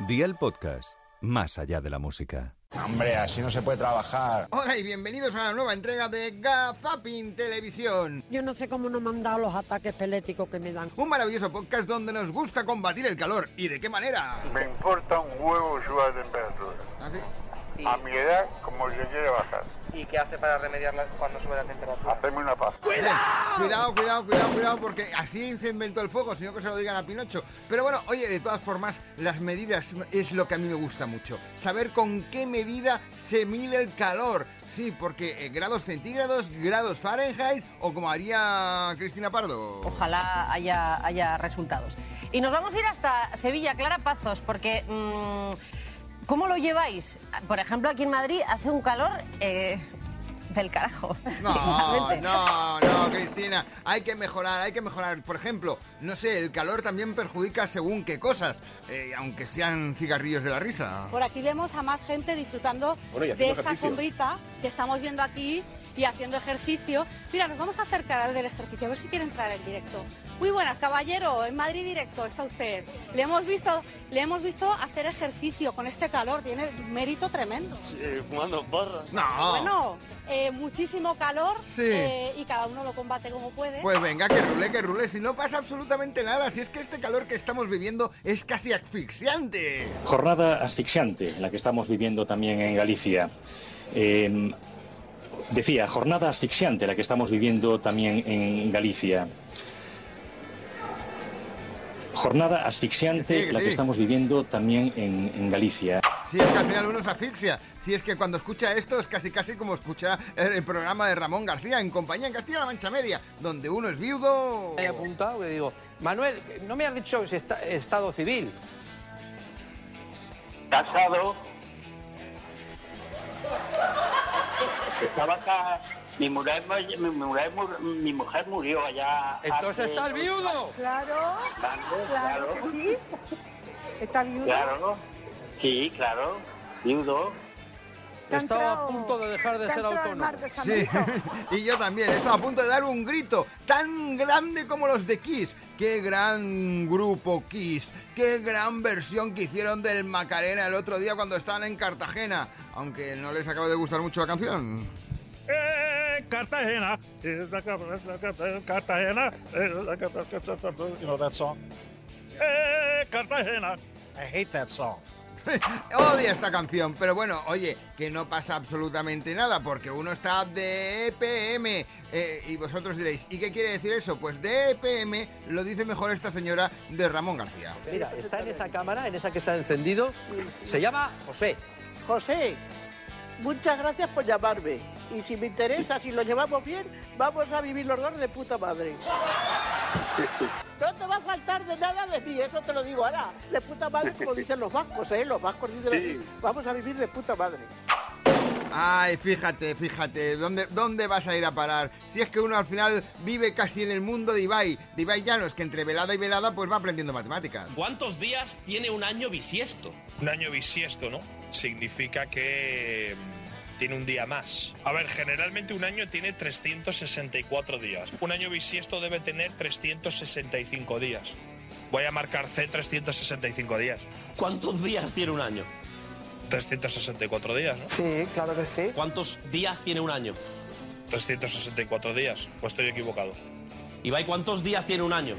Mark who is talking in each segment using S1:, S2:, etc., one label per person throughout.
S1: Día el podcast, más allá de la música.
S2: Hombre, así no se puede trabajar.
S3: Hola y bienvenidos a la nueva entrega de Gazapin Televisión.
S4: Yo no sé cómo no me han dado los ataques peléticos que me dan.
S3: Un maravilloso podcast donde nos gusta combatir el calor. ¿Y de qué manera?
S5: Me importa un huevo su la temperatura.
S3: ¿Ah, sí?
S6: ¿Y,
S5: A mi edad, como se quiere bajar.
S6: y qué hace para remediarla cuando sube la temperatura?
S5: Hacerme una paz.
S3: Cuidado, cuidado, cuidado, cuidado, porque así se inventó el fuego, sino que se lo digan a Pinocho. Pero bueno, oye, de todas formas, las medidas es lo que a mí me gusta mucho. Saber con qué medida se mide el calor. Sí, porque eh, grados centígrados, grados Fahrenheit, o como haría Cristina Pardo.
S7: Ojalá haya, haya resultados. Y nos vamos a ir hasta Sevilla, Clara Pazos, porque mm, ¿cómo lo lleváis? Por ejemplo, aquí en Madrid hace un calor eh, del carajo.
S3: No,
S7: Realmente.
S3: no, no, Cristina. Hay que mejorar, hay que mejorar. Por ejemplo, no sé, el calor también perjudica según qué cosas, eh, aunque sean cigarrillos de la risa.
S8: Por aquí vemos a más gente disfrutando
S9: Bueno, y
S8: de
S9: haciendo
S8: esta
S9: ejercicio.
S8: sombrita que estamos viendo aquí y haciendo ejercicio. Mira, nos vamos a acercar al del ejercicio, a ver si quiere entrar en directo. Muy buenas, caballero, en Madrid directo está usted. Le hemos visto, le hemos visto hacer ejercicio con este calor, tiene un mérito tremendo.
S9: fumando porros.
S3: No.
S8: Bueno, eh, muchísimo calor
S3: Sí.
S8: eh, y cada uno lo combate como puede.
S3: Pues venga, que rule, que rule, si no pasa absolutamente nada, si es que este calor que estamos viviendo es casi asfixiante.
S10: Jornada asfixiante, la que estamos viviendo también en Galicia. Eh, decía, jornada asfixiante, la que estamos viviendo también en Galicia. Jornada asfixiante,
S3: Sí,
S10: la
S3: sí.
S10: que estamos viviendo también en, en Galicia.
S3: Si es que al final uno se asfixia, si es que cuando escucha esto es casi casi como escucha el el programa de Ramón García en compañía en Castilla-La Mancha Media, donde uno es viudo...
S6: He apuntado y digo, Manuel, no me has dicho si está, estado civil.
S11: casado. Estaba acá. Mi mujer, mu- mi, mujer, mu- mi mujer murió allá.
S6: Entonces
S11: hace-
S6: estás viudo.
S4: Claro,
S11: Claro,
S4: claro
S11: claro,
S4: que sí. Está viudo.
S11: claro. Sí, claro. Viudo.
S4: Te ha
S6: Estaba a
S4: entrado-
S6: punto de dejar de
S4: te ha
S6: ser
S4: entrado el
S6: autónomo.
S4: mar de San
S3: Sí,
S4: Benito.
S3: y yo también. Estaba a punto de dar un grito tan grande como los de Kiss. ¡Qué gran grupo Kiss! ¡Qué gran versión que hicieron del Macarena el otro día cuando estaban en Cartagena! Aunque no les acaba de gustar mucho la canción.
S9: Eh, Cartagena. is the cap- is the cap- eh, Cartagena. is the cap- cap- cap- cap- You know that song? Eh, Cartagena. I hate that song.
S3: Odia esta canción, pero bueno, oye, que no pasa absolutamente nada porque uno está de EPM. Eh, y vosotros diréis, ¿y qué quiere decir eso? Pues de EPM lo dice mejor esta señora de Ramón García.
S6: Mira, está en esa cámara, en esa que se ha encendido. Se llama José.
S12: José, muchas gracias por llamarme. Y si me interesa, si lo llevamos bien, vamos a vivir los dos de puta madre. No te va a faltar de nada de mí, eso te lo digo ahora. De puta madre, como dicen los vascos, ¿eh? Los vascos dicen así, vamos a vivir de puta madre.
S3: Ay, fíjate, fíjate, ¿dónde, ¿dónde vas a ir a parar? Si es que uno al final vive casi en el mundo de Ibai. De Ibai Llanos, que entre velada y velada pues va aprendiendo matemáticas.
S12: ¿Cuántos días tiene un año bisiesto?
S9: Un año bisiesto, ¿no? Significa que mm, tiene un día más. A ver, generalmente un año tiene 364 días. Un año bisiesto debe tener 365 días. Voy a marcar C 365 días.
S12: ¿Cuántos días tiene un año?
S9: 364 días, ¿no?
S6: Sí, claro que sí.
S12: ¿Cuántos días tiene un año?
S9: 364 días. O estoy equivocado.
S12: Ibai, ¿cuántos días tiene un año?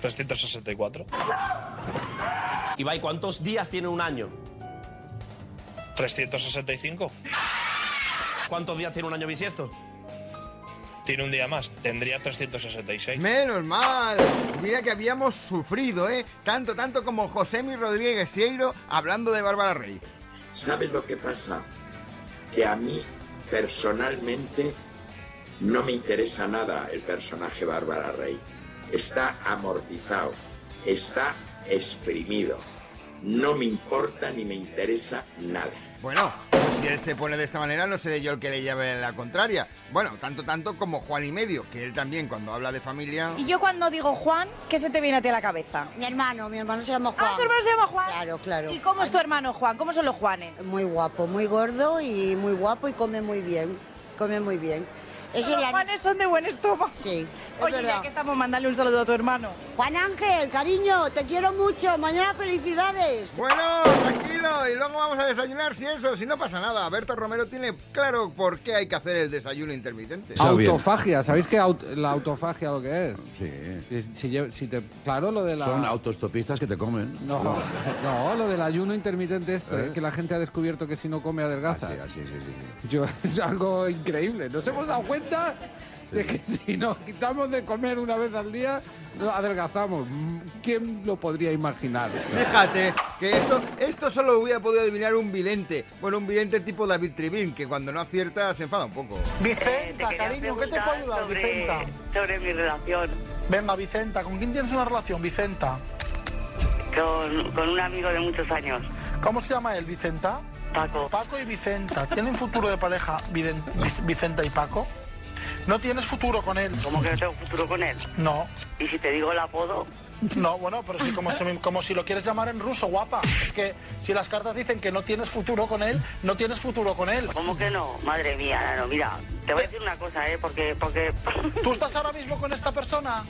S9: 364.
S12: Ibai, ¿cuántos días tiene un año?
S9: 365.
S12: ¿Cuántos días tiene un año bisiesto?
S9: Tiene un día más. Tendría 366.
S3: Menos mal. Mira que habíamos sufrido, ¿eh? Tanto, tanto como Josémi Rodríguez Sieiro hablando de Bárbara Rey.
S11: ¿Sabes lo que pasa? Que a mí, personalmente, no me interesa nada el personaje Bárbara Rey. Está amortizado, está exprimido. No me importa ni me interesa nada.
S3: Bueno, pues si él se pone de esta manera, no seré yo el que le lleve la contraria. Bueno, tanto, tanto como Juan y Medio, que él también cuando habla de familia...
S7: Y yo cuando digo Juan, ¿qué se te viene a ti a la cabeza?
S4: Mi hermano, mi hermano se llama Juan.
S7: Ah, tu hermano se llama Juan.
S4: Claro, claro.
S7: ¿Y cómo es tu hermano Juan? ¿Cómo son los Juanes?
S4: Muy guapo, muy gordo y muy guapo y come muy bien. Come muy bien. Es
S7: Los
S4: el an-
S7: Juanes son de buen estómago.
S4: Sí, es
S7: Oye,
S4: verdad.
S7: ya que estamos, mandale un saludo a tu hermano.
S4: Juan Ángel, cariño, te quiero mucho. Mañana felicidades.
S3: Bueno, tranquilo, y luego vamos a desayunar si eso, si no pasa nada. Berto Romero tiene claro por qué hay que hacer el desayuno intermitente.
S12: Ah.
S13: Autofagia, ¿sabéis qué aut- la autofagia lo que es?
S14: Sí.
S13: Si- Si, lle- si te, claro, lo de la...
S14: Son autostopistas que te comen.
S13: no, no, lo del ayuno intermitente este,
S14: ¿Eh?
S13: que la gente ha descubierto que si no come adelgaza.
S14: Así, así, sí, sí, sí.
S13: Yo, es algo increíble. Nos hemos dado cuenta de que si nos quitamos de comer una vez al día, no adelgazamos. Mm, ¿Quién lo podría imaginar?
S3: Fíjate que esto, esto solo lo hubiera podido adivinar un vidente. Bueno, un vidente tipo David Tribín, que cuando no acierta se enfada un poco.
S12: Vicenta,
S15: quería
S12: cariño, ¿qué te
S15: preguntar
S12: puedo ayudar,
S15: sobre-
S12: Vicenta?
S15: Sobre mi relación
S12: Venga, Vicenta, ¿con quién tienes una relación, Vicenta?
S15: con, con un amigo de muchos años.
S12: ¿Cómo se llama él, Vicenta? Paco. Paco y Vicenta. ¿Tienen futuro de pareja Viden- Vic- Vicenta y Paco? ¿No tienes futuro con él?
S15: ¿Cómo que no tengo futuro con él?
S12: No.
S15: Y si te digo el apodo,
S12: No, bueno, pero sí, como, si- como si lo quieres llamar en ruso, guapa. Es que si las cartas dicen que no tienes futuro con él, no tienes futuro con él.
S15: ¿cómo que no? Madre mía, Nano, mira, te voy a decir una cosa, ¿eh? Porque, porque...
S12: ¿Tú estás ahora mismo con esta persona?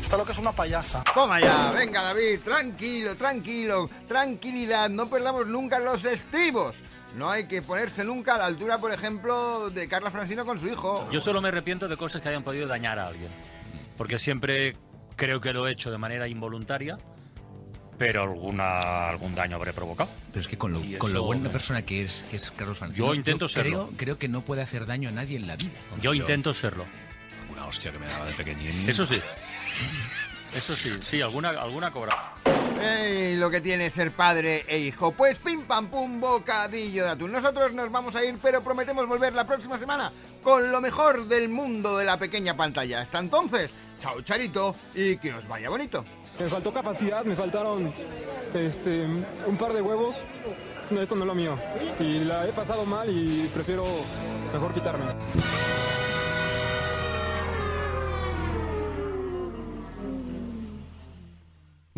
S12: Está lo que es una payasa.
S3: Toma ya, venga David, tranquilo, tranquilo, tranquilidad, no perdamos nunca los estribos. No hay que ponerse nunca a la altura, por ejemplo, de Carla Francino con su hijo.
S16: Yo solo me arrepiento de cosas que hayan podido dañar a alguien. Porque siempre creo que lo he hecho de manera involuntaria, pero alguna, algún daño habré provocado.
S17: Pero es que con lo,
S16: Y
S17: con lo
S16: eso-
S17: buena persona que es, que es Carlos Francino,
S16: Yo intento serlo.
S17: Creo, creo que no puede hacer daño a nadie en la vida.
S16: Yo intento serlo.
S17: Una hostia que me daba de pequeñín.
S16: Eso sí. Eso sí, sí, alguna, alguna cobra.
S3: ¡Ey! Lo que tiene ser padre e hijo. Pues pim pam pum, bocadillo de atún. Nosotros nos vamos a ir, pero prometemos volver la próxima semana con lo mejor del mundo de la pequeña pantalla. Hasta entonces, chao charito y que os vaya bonito.
S18: Me faltó capacidad, me faltaron este, un par de huevos. No, esto no es lo mío. Y la he pasado mal y prefiero mejor quitarme.